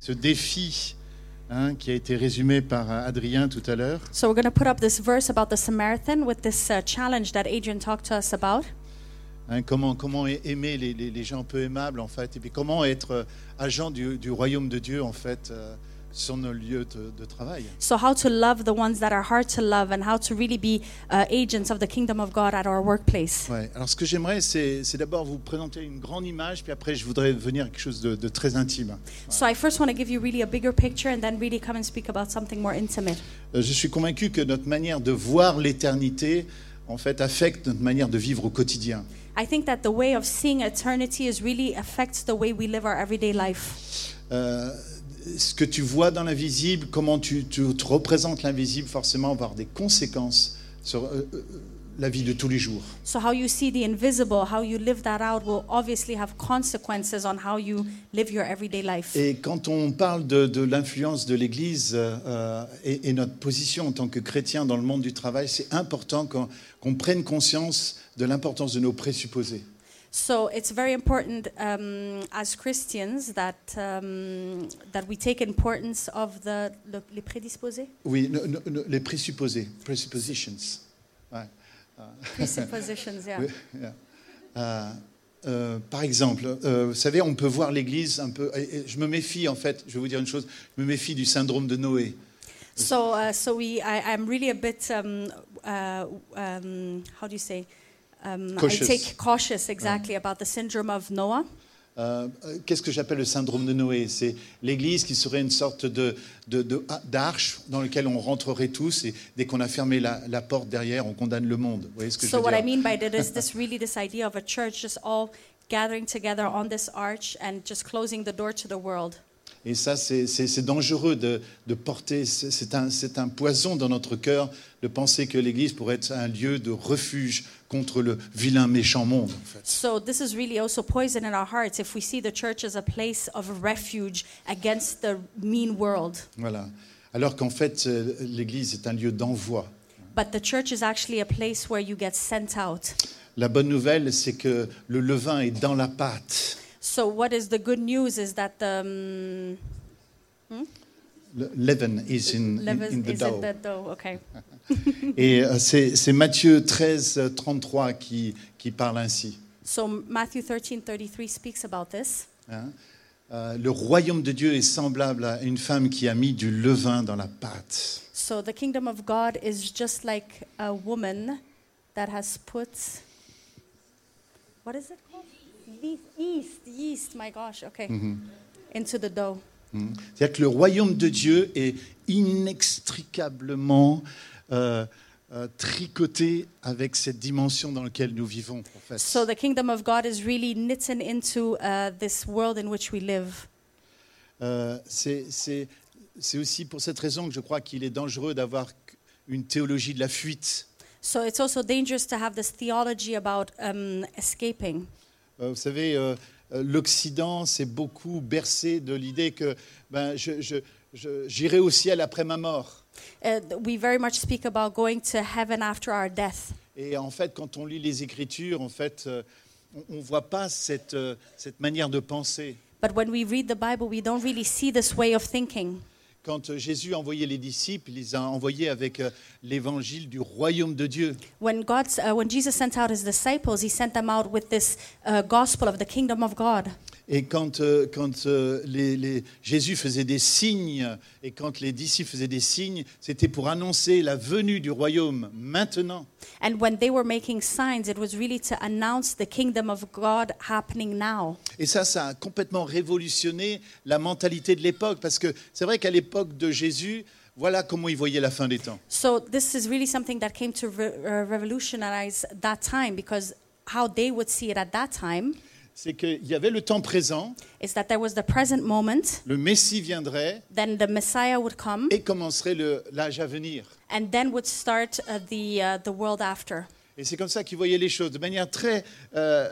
ce défi hein, qui a été résumé par euh, Adrien tout à l'heure. So we're going to put up this verse about the Samaritan with this uh, challenge that Adrian talked to us about. hein, comment, comment aimer les, les- les gens peu aimables, en fait, et puis comment être euh, agent du, du royaume de Dieu, en fait, euh, sur nos lieux de, de travail. So how to love the ones that are hard to love and how to really be uh, agents of the kingdom of God at our workplace. Ouais. Alors, ce que j'aimerais, c'est c'est d'abord vous présenter une grande image, puis après, je voudrais venir à quelque chose de, de très intime. So I first want to give you really a bigger picture and then really come and speak about something more intimate. Euh, Je suis convaincu que notre manière de voir l'éternité, en fait, affecte notre manière de vivre au quotidien. I think that the way of seeing eternity is really affects the way we live our everyday life. Euh, ce que tu vois dans l'invisible, comment tu, tu te représentes l'invisible, forcément, va avoir des conséquences sur euh, euh, la vie de tous les jours. So how you see the invisible, how you live that out will obviously have consequences on how you live your everyday life. Et quand on parle de, de l'influence de l'Église euh, et, et notre position en tant que chrétien dans le monde du travail, c'est important qu'on qu'on prenne conscience de l'importance de nos présupposés. So it's very important um, as Christians that um, that we take importance of the le, les prédisposés, Oui, no- no- no- les présupposés, presuppositions. Ouais. presuppositions. Yeah. Oui, yeah. Euh, euh, par exemple, euh, vous savez, on peut voir l'Église un peu. et- et je me méfie, en fait, je vais vous dire une chose, je me méfie du syndrome de Noé. So uh, so we I, I'm really a bit um, uh, um, how do you say. Um, Cautious. I take cautious exactly about the syndrome of Noah. Euh, euh, Qu'est-ce que j'appelle le syndrome de Noé C'est l'Église qui serait une sorte de de- de- ah, d'arche dans laquelle on rentrerait tous et dès qu'on a fermé la, la porte derrière, on condamne le monde. Vous voyez ce que je So veux what I dire mean by that is this really this idea of a church just all gathering together on this arch and just closing the door to the world. Et ça, c'est- c'est c'est dangereux de, de porter. c'est- C'est un, c'est un poison dans notre cœur de penser que l'Église pourrait être un lieu de refuge contre le vilain méchant monde. en fait. So this is really also poison in our hearts if we see the church as a place of refuge against the mean world. Voilà. Alors qu'en fait, euh, l'Église est un lieu d'envoi. But the church is actually a place where you get sent out. La bonne nouvelle, c'est que le levain est dans la pâte. So what is the good news is that the um, Le leaven is in, in- leaven in the is dough. in the dough. Okay. Et euh, c'est c'est Matthieu 13, euh, 33 qui, qui parle ainsi. So Matthew 13:33 speaks about this. hein. Euh, le royaume de Dieu est semblable à une femme qui a mis du levain dans la pâte. So the kingdom of God is just like a woman that has put what is it called? Yeast, yeast, yeast, my gosh, okay. Mm-hmm. Into the dough. Hmm. C'est-à-dire que le royaume de Dieu est inextricablement euh, euh, tricoté avec cette dimension dans laquelle nous vivons. en fait. So the kingdom of God is really knitten into uh, this world in which we live. Euh, c'est- c'est c'est aussi pour cette raison que je crois qu'il est dangereux d'avoir une théologie de la fuite. So it's also dangerous to have this theology about um, escaping. Euh, vous savez, euh, euh, l'Occident s'est beaucoup bercé de l'idée que ben, je- je- je- j'irai au ciel après ma mort. Uh, th- we very much speak about going to heaven after our death. Et en fait, quand on lit les Écritures, en fait, euh, on ne voit pas cette, euh, cette manière de penser. But when we read the Bible, we don't really see this way of thinking. Quand euh, Jésus a envoyé les disciples, il les a envoyés avec euh, l'évangile du royaume de Dieu. When, God, s- uh, when Jesus sent out his disciples, he sent them out with this uh, gospel of the kingdom of God. Et quand, euh, quand euh, les- les- Jésus faisait des signes, et quand les disciples faisaient des signes, c'était pour annoncer la venue du royaume maintenant. And when they were making signs, it was really to announce the kingdom of God happening now. Et ça, ça a complètement révolutionné la mentalité de l'époque, parce que c'est vrai qu'à l'époque de Jésus, voilà comment ils voyaient la fin des temps. So this is really something that came to re- uh, revolutionize that time because how they would see it at that time C'est qu'il y avait le temps présent, is that there was the present moment, le Messie viendrait then the Messiah would come, et commencerait le- l'âge à venir. and then would start uh, the uh, the world after. Et c'est comme ça qu'ils voyaient les choses, de manière très, euh,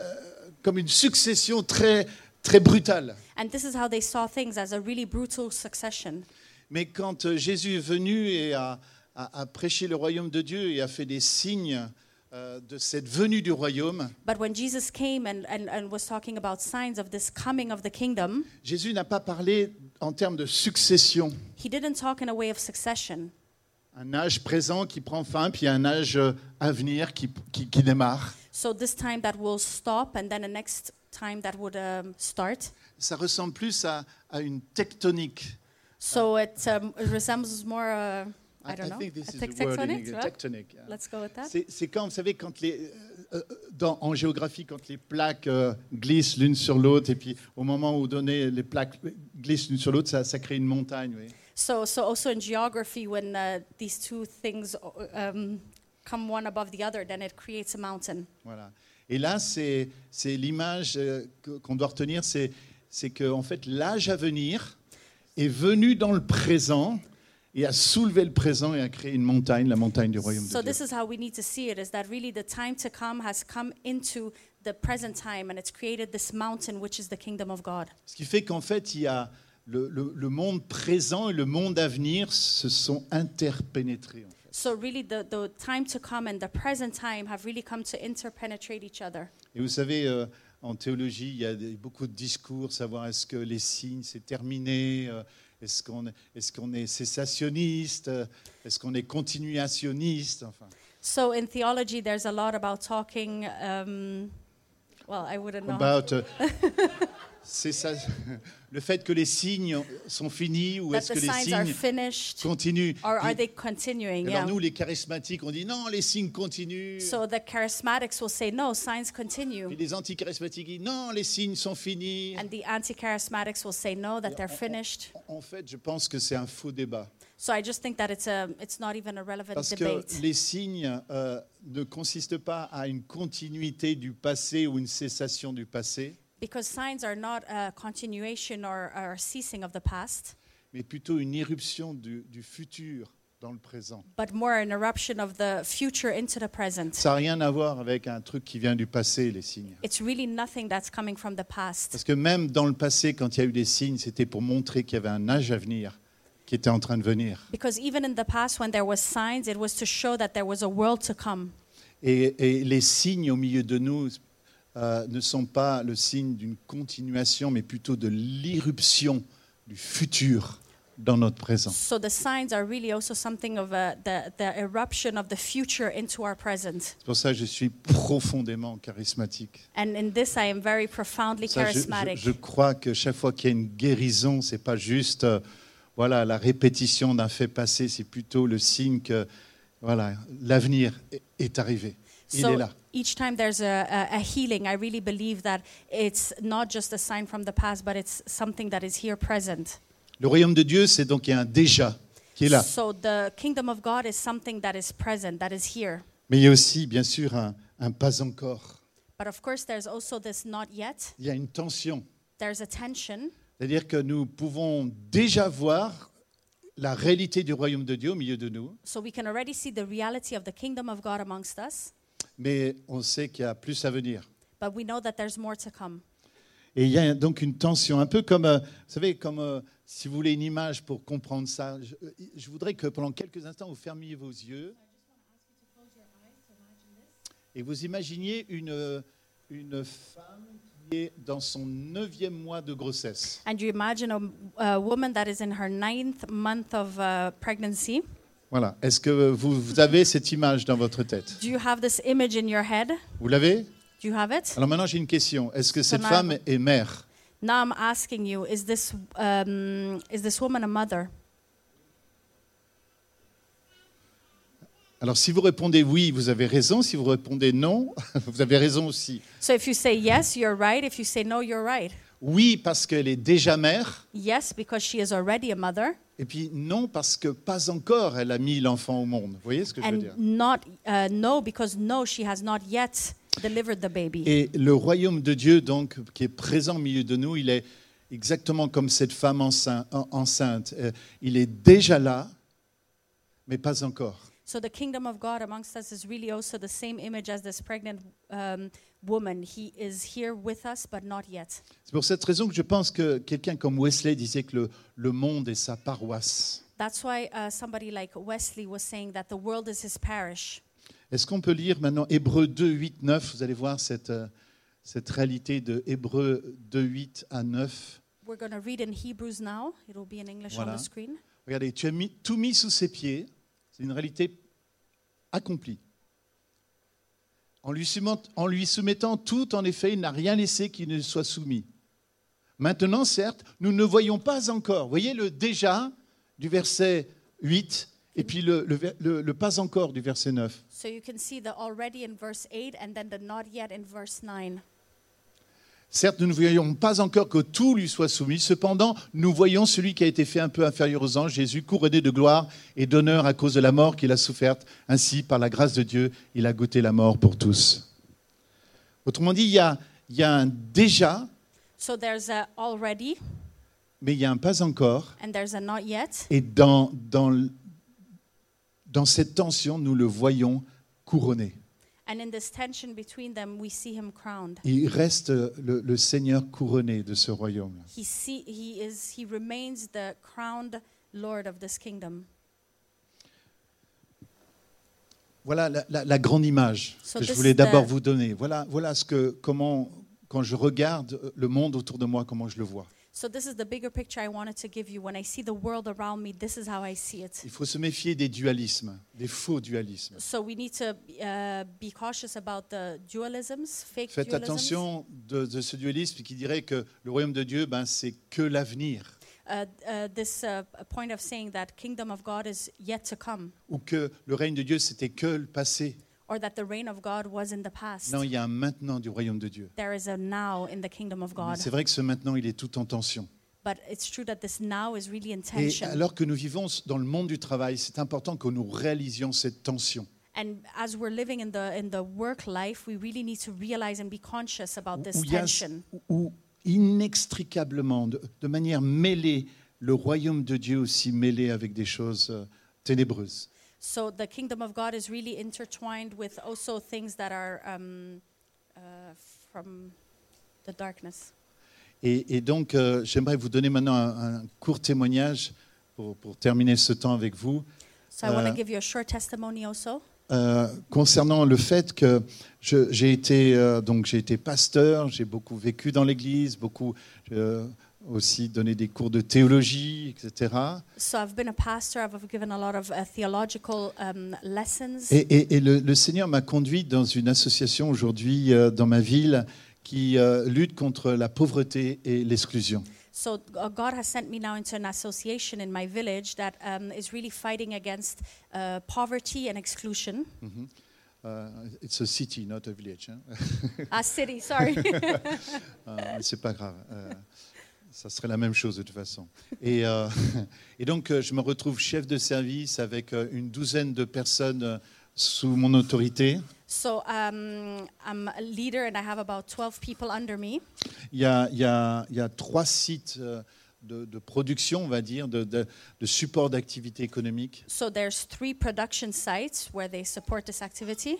comme une succession très, très brutale. And this is how they saw things as a really brutal succession. Mais quand euh, Jésus est venu et a, a- a prêché le royaume de Dieu et a fait des signes euh, de cette venue du royaume, But when Jesus came and, and, and was talking about signs of this coming of the kingdom, Jésus n'a pas parlé en termes de succession. He didn't talk in a way of succession. Un âge présent qui prend fin, puis un âge euh, à venir qui, qui- qui démarre. So this time that will stop, and then the next time that would um, start. Ça ressemble plus à, à une tectonique. So it, um, it resembles more. Uh, I don't know. think this a is tec- the word in tectonic, English, right? tectonic, yeah. Let's go with that. C'est c'est quand, vous savez, quand les, euh, euh, dans- en géographie, quand les plaques euh, glissent l'une sur l'autre, et puis au moment où donné, les plaques euh, glissent l'une sur l'autre, ça, ça crée une montagne. vous voyez. So, so also in geography, when uh, these two things uh, um, come one above the other, then it creates a mountain. Voilà. Et là, c'est c'est l'image euh, que- qu'on doit retenir, c'est c'est que en fait, l'âge à venir est venu dans le présent et a soulevé le présent et a créé une montagne, la montagne du royaume So de Dieu. this is how we need to see it: is that really the time to come has come into the present time, and it's created this mountain, which is the kingdom of God. Ce qui fait qu'en fait, il y a le, le- le monde présent et le monde à venir se sont interpénétrés. en fait. So really, the, the time to come and the present time have really come to interpenetrate each other. Et vous savez, euh, en théologie, il y a des- beaucoup de discours, savoir est-ce que les signes, c'est terminé, euh, est-ce qu'on est, qu'on est cessationniste, euh, est-ce qu'on est continuationniste, enfin. So in theology, there's a lot about talking. Um, well, I wouldn't know. how- About, euh, c'est ça, le fait que les signes sont finis ou That est-ce the que les signs are signes finished, continuent or are Et- they continuing? Alors Yeah. nous, les charismatiques, on dit non, les signes continuent. So the charismatics will say, no, signs Puis continue. les anticharismatiques disent non, les signes sont finis. And the anti charismatics will say, no, that they're finished. En fait, je pense que c'est un faux débat. So I just think that it's, a, it's not even a relevant Parce que debate. les signes euh, ne consistent pas à une continuité du passé ou une cessation du passé, Because signs are not a continuation or, or ceasing of the past, mais plutôt une irruption du, du futur dans le présent. but more an eruption of the future into the present. Ça n'a rien à voir avec un truc qui vient du passé, les signes. It's really nothing that's coming from the past. Parce que même dans le passé, quand il y a eu des signes, c'était pour montrer qu'il y avait un âge à venir qui était en train de venir. Because even in the past, when there was signs, it was to show that there was a world to come. Et, et les signes au milieu de nous euh, ne sont pas le signe d'une continuation, mais plutôt de l'irruption du futur dans notre présent. So the signs are really also something of a, the, the eruption of the future into our present. C'est pour ça que je suis profondément charismatique. And in this, I am very profoundly Ça, je, je- charismatic. je crois que chaque fois qu'il y a une guérison, c'est pas juste euh, voilà la répétition d'un fait passé, c'est plutôt le signe que voilà l'avenir est, est arrivé. Il est so là. each time there's a, a, a healing, I really believe that it's not just a sign from the past, but it's something that is here present. Le royaume de Dieu, c'est donc il y a un déjà qui est là, So the kingdom of God is something that is present, that is here. mais il y a aussi bien sûr un, un pas encore. But of course, there's also this not yet. Il y a une tension, There's a tension. c'est-à-dire que nous pouvons déjà voir la réalité du royaume de Dieu au milieu de nous, So we can already see the reality of the kingdom of God amongst us, mais on sait qu'il y a plus à venir. but we know that there's more to come. Et il y a donc une tension, un peu comme, euh, vous savez, comme euh, si vous voulez une image pour comprendre ça. Je, euh, je voudrais que pendant quelques instants, vous fermiez vos yeux et vous imaginiez une, euh, une femme qui est dans son neuvième mois de grossesse. And you imagine a, a woman that is in her ninth month of uh, pregnancy. Voilà. Est-ce que vous, vous avez cette image dans votre tête Do you have this image in your head? Vous l'avez Do you have it? Alors maintenant, j'ai une question. Est-ce que cette Thomas. femme est mère Now I'm asking you: Is this um, is this woman a mother? Alors si vous répondez oui, vous avez raison. Si vous répondez non, vous avez raison aussi. So if you say yes, you're right. If you say no, you're right. Oui, parce qu'elle est déjà mère. Yes, because she is already a mother, Et puis non, parce que pas encore elle a mis l'enfant au monde. Vous voyez ce que je veux and dire not uh, no because no, she has not yet delivered the baby. Et le royaume de Dieu, donc, qui est présent au milieu de nous, il est exactement comme cette femme enceinte. en- enceinte. Euh, Il est déjà là, mais pas encore. So the kingdom of God amongst us is really also the same image as this pregnant um, woman. He is here with us, but not yet. C'est pour cette raison que je pense que quelqu'un comme Wesley disait que le, le monde est sa paroisse. That's why uh, somebody like Wesley was saying that the world is his parish. Est-ce qu'on peut lire maintenant Hébreu 2, 8, 9 Vous allez voir cette, euh, cette réalité de Hébreu 2, 8 à 9. we're going to read in Hebrews now. It'll be in English on the Voilà. screen. Regardez, tu as mis, tout mis sous ses pieds. C'est une réalité accomplie. En lui, soumettant, en lui soumettant tout, en effet, il n'a rien laissé qui ne soit soumis. Maintenant, certes, nous ne voyons pas encore. Vous voyez le déjà du verset 8 et puis le, le ver- le- le pas encore du verset 9. So you can see the already in verse 8 and then the not yet in verse 9. Certes, nous ne voyons pas encore que tout lui soit soumis. Cependant, nous voyons celui qui a été fait un peu inférieur aux anges, Jésus, couronné de gloire et d'honneur à cause de la mort qu'il a soufferte. Ainsi, par la grâce de Dieu, il a goûté la mort pour tous. Autrement dit, il y a, il y a un déjà, So there's a already mais il y a un pas encore. and there's a not yet. Et dans, dans, le- dans cette tension, nous le voyons couronné. And in this tension between them, we see him crowned. Il reste le, le Seigneur couronné de ce royaume. He, see, he, is, he remains the crowned Lord of this kingdom. Voilà la, la- la grande image So que je this voulais is d'abord the- vous donner. Voilà, voilà ce que, comment, quand je regarde le monde autour de moi, comment je le vois. So this is the bigger picture I wanted to give you. When I see the world around me, this is how I see it. Il faut se méfier des dualismes, des faux dualismes. So we need to uh, be cautious about the dualisms, fake Faites dualisms. attention de, de ce dualisme qui dirait que le royaume de Dieu, ben, c'est que l'avenir, Uh, uh, this uh, point of saying that kingdom of God is yet to come, ou que le règne de Dieu, c'était que le passé. or that the reign of God was in the past. Non, il y a un maintenant du royaume de Dieu. There is a now in the kingdom of Mais God. C'est vrai que ce maintenant, il est tout en tension. But it's true that this now is really in Et tension. alors que nous vivons dans le monde du travail, c'est important que nous réalisions cette tension. And as we're living in the in the work life, we really need to realize and be conscious about this où, il y a- tension, où inextricablement, de, de manière mêlée, le royaume de Dieu aussi mêlé avec des choses euh, ténébreuses. so the kingdom of God is really intertwined with also things that are um, uh, from the darkness. Et, et donc, euh, j'aimerais vous donner maintenant un, un court témoignage pour, pour terminer ce temps avec vous So I want to Uh, give you a short testimony also. euh, concernant le fait que je- j'ai été euh, donc j'ai été pasteur, j'ai beaucoup vécu dans l'Église, beaucoup euh, aussi donné des cours de théologie, etc. So I've been a pastor. I've given a lot of uh, theological um, lessons. Et, et- et le, le Seigneur m'a conduit dans une association aujourd'hui euh, dans ma ville qui euh, lutte contre la pauvreté et l'exclusion. So uh, God has sent me now into an association in my village that um, is really fighting against uh, poverty and exclusion. Euh, it's a city, not a village. hein. a city, sorry. Euh, mais c'est pas grave. Euh, ça serait la même chose de toute façon. Et, euh, et donc, euh, je me retrouve chef de service avec euh, une douzaine de personnes euh, sous mon autorité. So um, I'm a leader and I have about 12 people under me. Il y a, il y a- il y a trois sites euh, de, de production, on va dire, de, de- de support d'activité économique. So there's three production sites where they support this activity.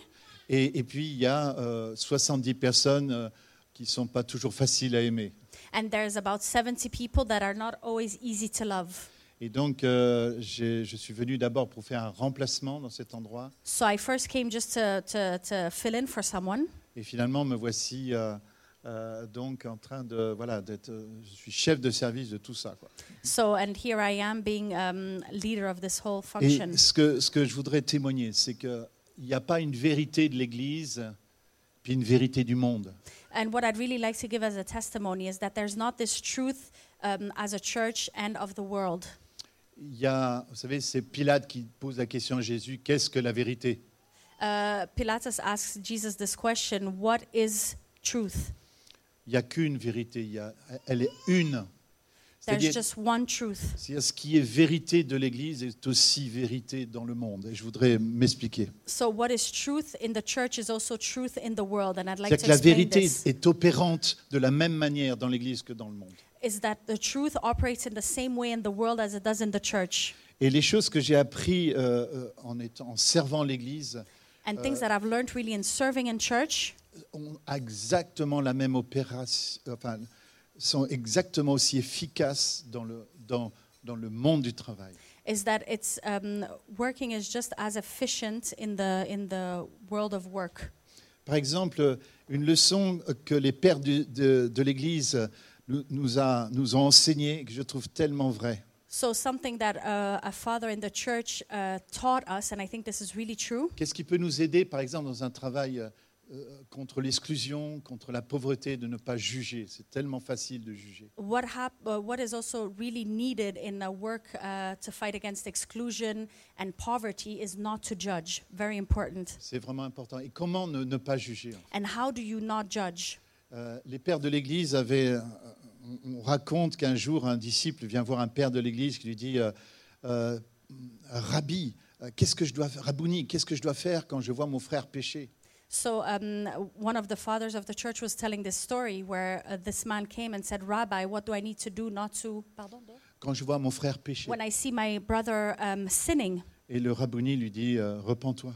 Et, et puis, il y a euh, 70 personnes euh, qui ne sont pas toujours faciles à aimer. And there's about 70 people that are not always easy to love. Et donc, euh, j'ai- je suis venu d'abord pour faire un remplacement dans cet endroit. So I first came just to, to, to fill in for someone. Et finalement, me voici euh, euh, donc en train de. Voilà, d'être, euh, je suis chef de service de tout ça. quoi. So, and here I am being um, leader of this whole function. Et ce que, ce que je voudrais témoigner, c'est qu'il n'y a pas une vérité de l'Église, puis une vérité du monde. And what I'd really like to give as a testimony is that there's not this truth um, as a church and of the world. Il y a, vous savez, c'est Pilate qui pose la question à Jésus qu'est-ce que la vérité Uh, Pilatus asks Jesus this question What is truth? Il n'y a qu'une vérité, il y a, elle est une. There's C'est-à-dire, just one truth. c'est-à-dire ce qui est vérité de l'Église est aussi vérité dans le monde. Et je voudrais m'expliquer. So, what is truth in the church is also truth in the world. And I'd like C'est-à-dire que to la explain vérité this est opérante de la même manière dans l'Église que dans le monde. is that the truth operates in the same way in the world as it does in the church. Et les choses que j'ai apprises euh, euh, en, étant, en servant l'Église And things that I've learned really in serving in church ont exactement la même opération, euh, enfin, sont exactement aussi efficaces dans le, dans, dans le monde du travail. is that it's um, working is just as efficient in the, in the world of work. Par exemple, une leçon que les pères du- de, de l'Église nous- nous a, nous ont enseigné et que je trouve tellement vrai. So, something that uh, a father in the church uh, taught us, and I think this is really true, Qu'est-ce qui peut nous aider, par exemple, dans un travail euh, euh, contre l'exclusion, contre la pauvreté, de ne pas juger C'est tellement facile de juger. what, hap- uh, what is also really needed in a work uh, to fight against exclusion and poverty is not to judge. Very important. C'est vraiment important. Et comment ne, ne pas juger hein? And how do you not judge? Euh, Les pères de l'Église avaient. euh, on- on raconte qu'un jour, un disciple vient voir un père de l'Église qui lui dit euh, euh, Rabbi, euh, qu'est-ce que je dois faire Rabouni, qu'est-ce que je dois faire quand je vois mon frère pécher So, um, one of the fathers of the church was telling this story where uh, this man came and said, Rabbi, what do I need to do not to. Pardon, do- Quand je vois mon frère pécher. When I see my brother um, sinning, Et le Rabouni lui dit euh, Repends-toi.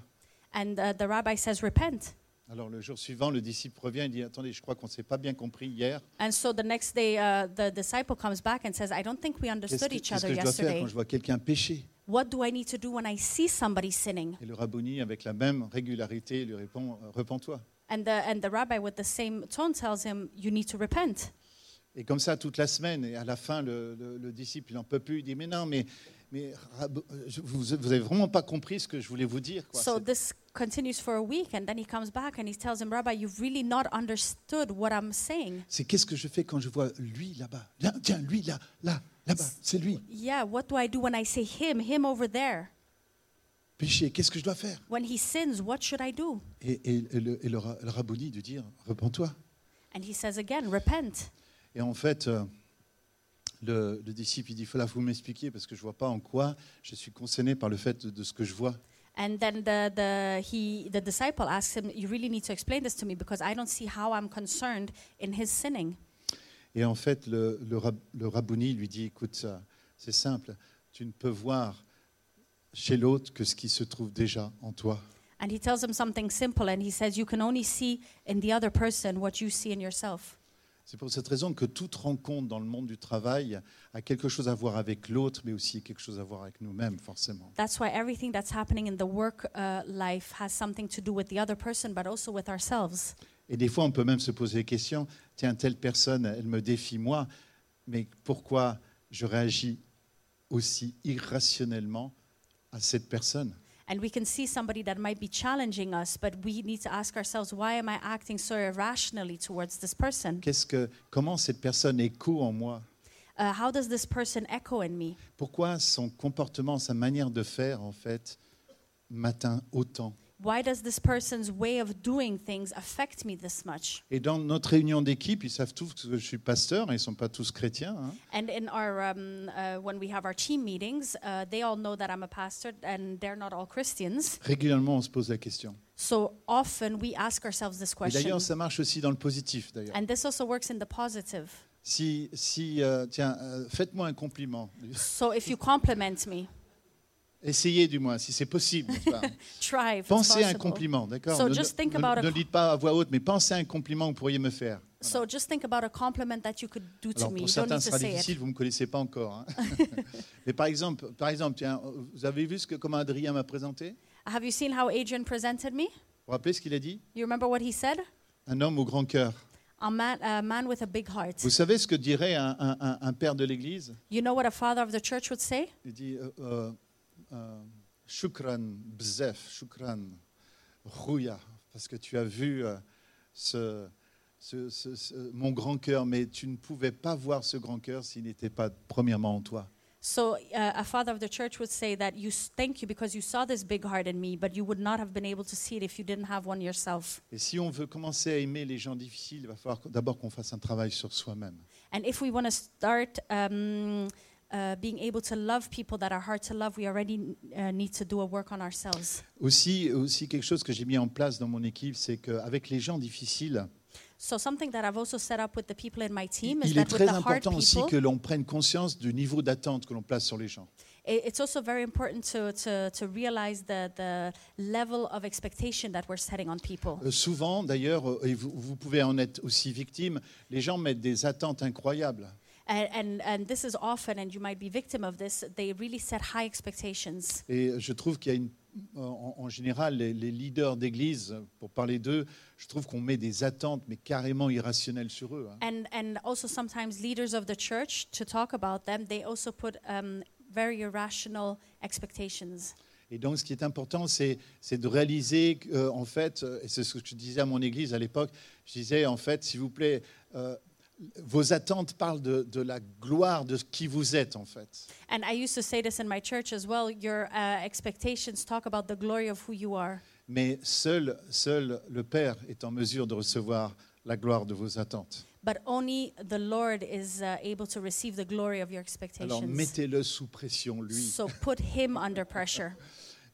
and uh, the rabbi says, Repent. Alors le jour suivant, le disciple revient et dit Attendez, je crois qu'on ne s'est pas bien compris hier. And so the next day, uh, the disciple comes back and says, I don't think we Qu'est-ce understood que, each qu'est-ce other que je dois faire yesterday. quand je vois quelqu'un pécher What do I need to do when I see somebody sinning? Et le Rabouni, avec la même régularité, lui répond euh, Repends-toi. And the, and the rabbi, with the same tone, tells him, You need to repent. Et comme ça, toute la semaine, et à la fin, le, le- le disciple, il n'en peut plus, il dit, mais non, mais, mais Rab- euh, je- vous n'avez vraiment pas compris ce que je voulais vous dire. quoi. So C'est- this continues for a week, and then he comes back and he tells him, Rabbi, you've really not understood what I'm saying. C'est qu'est-ce que je fais quand je vois lui là-bas Là, Tiens, lui là, là, là-bas, c'est lui. Yeah, what do I do when I say him, him over there? Péché, qu'est-ce que je dois faire When he sins, what should I do? Et, et- et le, et le ra- le rabboni de dire, repends-toi. And he says again, Repent. Et en fait, euh, le, le disciple, il dit, voilà, vous m'expliquez, parce que je ne vois pas en quoi je suis concerné par le fait de- de ce que je vois. And then the, the, he, the disciple asks him, You really need to explain this to me because I don't see how I'm concerned in his sinning. Et en fait, le, le, rab- le rabouni lui dit, écoute, ça, c'est simple, tu ne peux voir chez l'autre que ce qui se trouve déjà en toi. And he tells him something simple and he says, You can only see in the other person what you see in yourself. C'est pour cette raison que toute rencontre dans le monde du travail a quelque chose à voir avec l'autre, mais aussi quelque chose à voir avec nous-mêmes, forcément. That's why everything that's happening in the work uh, life has something to do with the other person, but also with ourselves. Et des fois, on peut même se poser des questions, tiens, telle personne, elle me défie moi, mais pourquoi je réagis aussi irrationnellement à cette personne And we can see somebody that might be challenging us, but we need to ask ourselves, Why am I acting so irrationally towards this person? Qu'est-ce que, Comment cette personne écho en moi Uh, how does this person echo in me? Pourquoi son comportement, sa manière de faire, en fait, m'atteint autant Why does this person's way of doing things affect me this much? Et dans notre réunion d'équipe, ils savent tous que je suis pasteur, et ils ne sont pas tous chrétiens. hein. And in our um, uh, when we have our team meetings, uh, they all know that I'm a pastor, and they're not all Christians. Régulièrement, on se pose la question. So often we ask ourselves this Et question, d'ailleurs, ça marche aussi dans le positif, d'ailleurs. and this also works in the positive. Si, si euh, tiens, euh, faites-moi un compliment. So if you compliment me, Essayez du moins, si c'est possible. n'est-ce pas try if it's Pensez à un possible. compliment, d'accord So Ne- just think ne- about a Ne co- dites pas à voix haute, mais pensez à un compliment que vous pourriez me faire. So just think about a compliment that you could do to Alors me. pour You don't certains, need ce to sera say difficile, it. vous ne me connaissez pas encore. hein. Mais par exemple, par exemple tiens, vous avez vu ce que comment Adrien m'a présenté Vous Have you seen how Adrian presented me? vous rappelez ce qu'il a dit You remember what he said? Un homme au grand cœur. A man, a man with a big heart. Vous savez ce que dirait un, un- un- un père de l'Église You know what a father of the church would say? Il dit euh, euh, euh, Shukran, bzef, shukran, rouya, parce que tu as vu euh, ce- ce- ce- ce- mon grand cœur, mais tu ne pouvais pas voir ce grand cœur s'il n'était pas premièrement en toi. So uh, a father of the church would say that you s- thank you because you saw this big heart in me, but you would not have been able to see it if you didn't have one yourself. Et si on veut commencer à aimer les gens difficiles, il va falloir d'abord qu'on fasse un travail sur soi-même. And if we want to start um, uh, being able to love people that are hard to love, we already uh, need to do a work on ourselves. Aussi, aussi quelque chose que j'ai mis en place dans mon équipe, c'est qu'avec les gens difficiles, So something that I've also set up with the people in my team is il est that with très the hard important aussi people, que l'on prenne conscience du niveau d'attente que l'on place sur les gens. i- it's also very important to, to, to realize the, the level of expectation that we're setting on people. Euh, souvent, d'ailleurs, euh, et vous, vous pouvez en être aussi victime, les gens mettent des attentes incroyables. And, and, and this is often, and you might be victim of this, they really set high expectations. Et je trouve qu'il y a une, en, en général, les, les leaders d'église, pour parler d'eux, je trouve qu'on met des attentes, mais carrément irrationnelles sur eux. hein. And, and also sometimes leaders of the church, to talk about them, they also put um, very irrational expectations. Et donc, ce qui est important, c'est c'est de réaliser, que, euh, en fait, euh, et c'est ce que je disais à mon église à l'époque, je disais, en fait, s'il vous plaît, euh, vos attentes parlent de, de la gloire de qui vous êtes, en fait. And I used to say this in my church as well your uh, expectations talk about the glory of who you are. Mais seul, seul le Père est en mesure de recevoir la gloire de vos attentes. But only the Lord is uh, able to receive the glory of your expectations. Alors mettez-le sous pression, lui. So put him under pressure.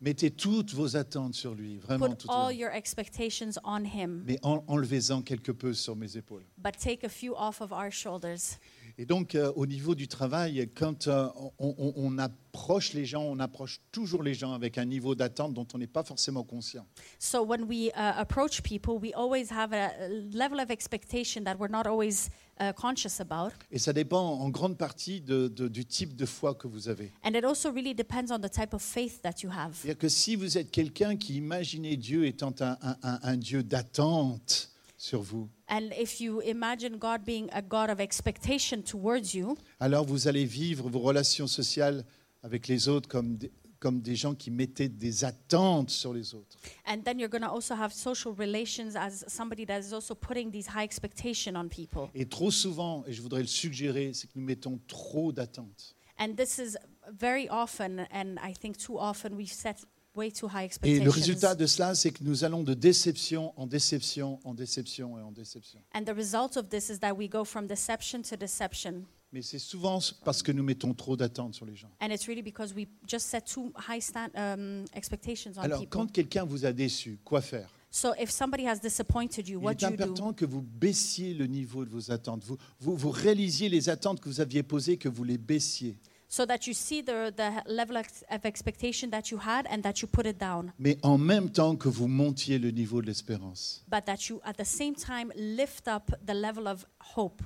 Mettez toutes vos attentes sur lui, vraiment Put toutes. all your expectations on him, Mais en, enlevez-en quelque peu sur mes épaules. but take a few off of our shoulders. Et donc, euh, au niveau du travail, quand euh, on, on- on approche les gens, on approche toujours les gens avec un niveau d'attente dont on n'est pas forcément conscient. So when we uh, approach people, we always have a level of expectation that we're not always uh, conscious about. Et ça dépend en grande partie de- de- du type de foi que vous avez. And it also really depends on the type of faith that you have. C'est-à-dire que si vous êtes quelqu'un qui imaginait Dieu étant un, un- un- un Dieu d'attente sur vous, And if you imagine God being a God of expectation towards you, alors vous allez vivre vos relations sociales avec les autres comme des, comme des gens qui mettaient des attentes sur les autres. and then you're going to also have social relations as somebody that is also putting these high expectation on people. Et trop souvent, et je voudrais le suggérer, c'est que nous mettons trop d'attentes. And this is very often, and I think too often, we set way too Et le high expectations. résultat de cela, c'est que nous allons de déception en déception, en déception et en déception. and the result of this is that we go from deception to deception. Mais c'est souvent parce que nous mettons trop d'attentes sur les gens. And it's really because we just set too high stand, um, expectations on Alors, people. quand quelqu'un vous a déçu, quoi faire So if somebody has disappointed you, Il what est do you do? important que vous baissiez le niveau de vos attentes. Vous, vous, vous réalisiez les attentes que vous aviez posées, que vous les baissiez. So that you see the, the level ex- of expectation that you had and that you put it down, Mais en même temps que vous montiez le niveau de l'espérance. but that you at the same time lift up the level of hope.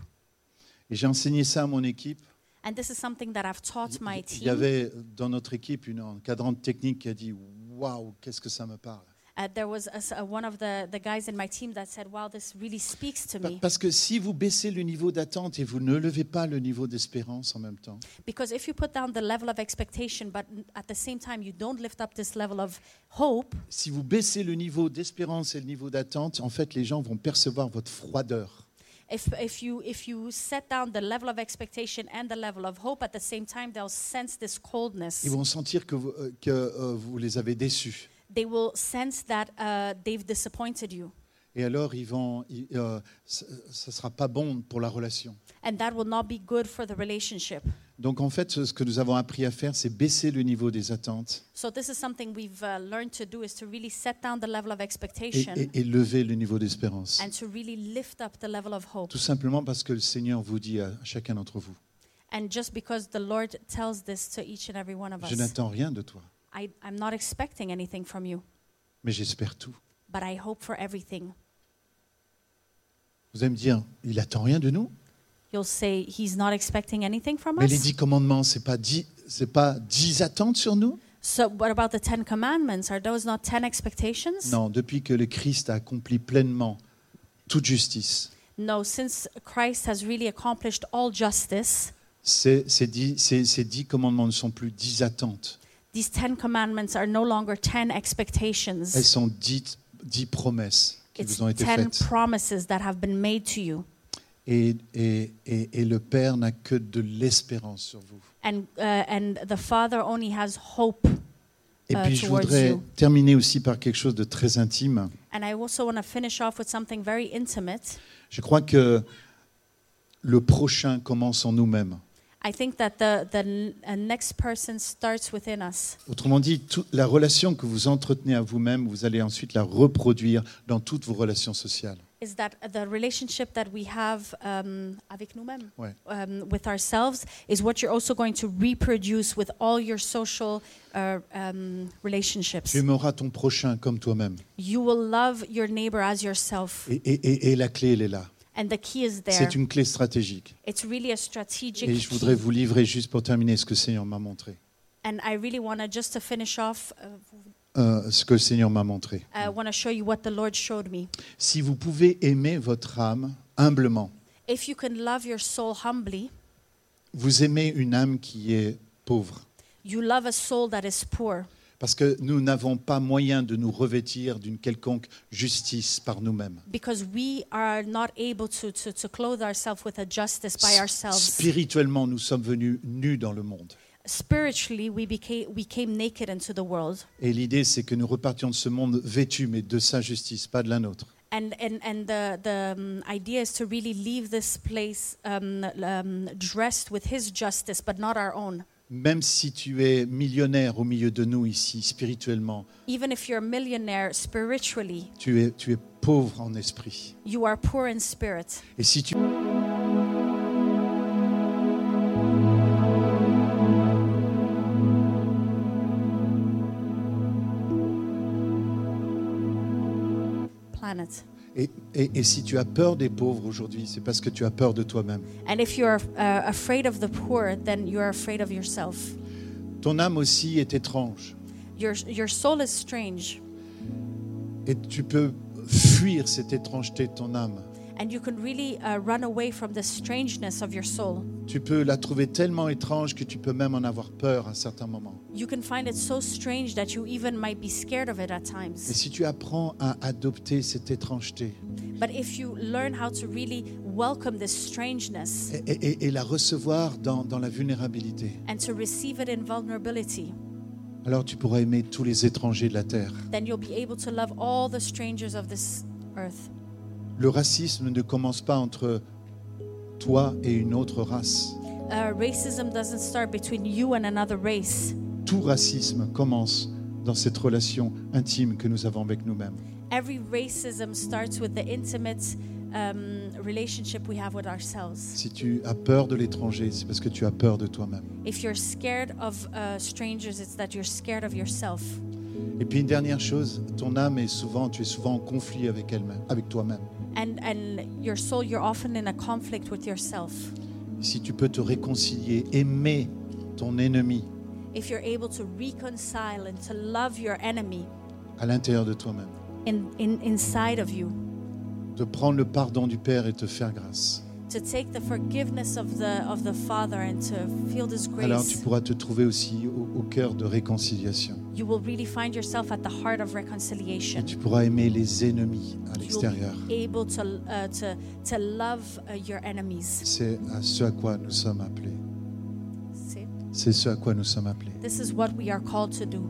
Et j'ai enseigné ça à mon équipe. And this is something that I've taught my Il team. y avait dans notre équipe une encadrante technique qui a dit Waouh, qu'est-ce que ça me parle Uh, there was a s- uh, one of the, the guys in my team that said, Wow, this really speaks to Pa- me. Parce que si vous baissez le niveau d'attente et vous ne levez pas le niveau d'espérance en même temps, Because if you put down the level of expectation, but n- at the same time you don't lift up this level of hope, si vous baissez le niveau d'espérance et le niveau d'attente, en fait, les gens vont percevoir votre froideur. if, if, you, if you set down the level of expectation and the level of hope at the same time, they'll sense this coldness. Ils vont sentir que vous, euh, que, euh, vous les avez déçus. They will sense that uh, they've disappointed you. Et alors, ils vont, ils, euh, ce ne sera pas bon pour la relation. And that will not be good for the relationship. Donc, en fait, ce ce que nous avons appris à faire, c'est baisser le niveau des attentes So this is something we've uh, learned to do is to really set down the level of et, expectation et- et lever le niveau d'espérance. and to really lift up the level of hope. Tout simplement parce que le Seigneur vous dit à chacun d'entre vous, And just because the Lord tells this to each and every one of je us, n'attends rien de toi, I, I'm not expecting anything from you, mais j'espère tout. but I hope for everything. Vous allez me dire, il attend rien de nous You'll say, He's not expecting anything from Mais les us? dix commandements, c'est pas dix, c'est pas dix attentes sur nous So, what about the Ten Commandments? Are those not ten expectations? Non, depuis que le Christ a accompli pleinement toute justice, No, since Christ has really accomplished all justice, ces, ces dix, ces- ces dix commandements ne sont plus dix attentes, these Ten Commandments are no longer ten elles expectations. sont dix, dix promesses qui It's vous ont été ten faites. promises that have been made to you. Et, et, et, et le Père n'a que de l'espérance sur vous. And, uh, and the Father only has hope. Et Uh, puis je towards voudrais you. terminer aussi par quelque chose de très intime. And I also want to finish off with something very intimate. Je crois que le prochain commence en nous-mêmes. I think that the, the n- uh, next person starts within us. Autrement dit, toute la relation que vous entretenez à vous-même, vous allez ensuite la reproduire dans toutes vos relations sociales. Is that the relationship that we have um, avec nous-mêmes, Ouais. um, with ourselves, is what you're also going to reproduce with all your social uh, um, relationships. Tu aimeras ton prochain comme toi-même. You will love your neighbor as yourself. Et, et- et- et la clé, elle est là. And the key is there. C'est une clé stratégique. It's really a strategic Et je voudrais key. vous livrer, juste pour terminer, ce que le Seigneur m'a montré. And I really want to, just to finish off, uh, euh, ce que le Seigneur m'a montré. I want to show you what the Lord showed me. Si vous pouvez aimer votre âme humblement, If you can love your soul humbly, vous aimez une âme qui est pauvre, you love a soul that is poor parce que nous n'avons pas moyen de nous revêtir d'une quelconque justice par nous-mêmes. because we are not able to, to, to clothe ourselves with a justice by ourselves. Spirituellement, nous sommes venus nus dans le monde. Spiritually, we became, we came naked into the world. Et l'idée, c'est que nous repartions de ce monde vêtus, mais de sa justice, pas de la nôtre. And, and, and the, the um, idea is to really leave this place um, um, dressed with His justice, but not our own. Même si tu es millionnaire au milieu de nous ici, spirituellement, Even if you're a millionaire spiritually, tu es, tu es pauvre en esprit. you are poor in spirit. Et si tu... Planet. Et, et- et si tu as peur des pauvres aujourd'hui, c'est parce que tu as peur de toi-même. And if you're uh, afraid of the poor, then you're afraid of yourself. Ton âme aussi est étrange. Your, your soul is strange, Et tu peux fuir cette étrangeté de ton âme. and you can really uh, run away from the strangeness of your soul. Tu peux la trouver tellement étrange que tu peux même en avoir peur à certains moments. You can find it so strange that you even might be scared of it at Et times. si tu apprends à adopter cette étrangeté But if you learn how to really welcome this strangeness et, et- et- et la recevoir dans, dans la vulnérabilité, and to receive it in vulnerability, alors tu pourras aimer tous les étrangers de la terre. then you'll be able to love all the strangers of this earth. Le racisme ne commence pas entre toi et une autre race. Uh, racism doesn't start between you and another race. Tout racisme commence dans cette relation intime que nous avons avec nous-mêmes. Every racism starts with the intimate um, relationship we have with ourselves. Si tu as peur de l'étranger, c'est parce que tu as peur de toi-même. If you're scared of uh, strangers, it's that you're scared of yourself. Et puis une dernière chose, ton âme est souvent, tu es souvent en conflit avec elle-même, avec toi-même. And, and your soul, you're often in a conflict with yourself. Si tu peux te réconcilier, aimer ton ennemi If you're able to reconcile and to love your enemy à l'intérieur de toi-même, in, in, inside of you, de prendre le pardon du Père et te faire grâce. to take the forgiveness of the, of the Father and to feel this Alors tu grace, pourras te trouver aussi au, au cœur de réconciliation. you will really find yourself at the heart of Et reconciliation. tu pourras aimer les ennemis à you'll be l'extérieur. able to, uh, to, to love uh, your enemies. C'est à ce à quoi nous sommes appelés. See? C'est ce à quoi nous sommes appelés. This is what we are called to do.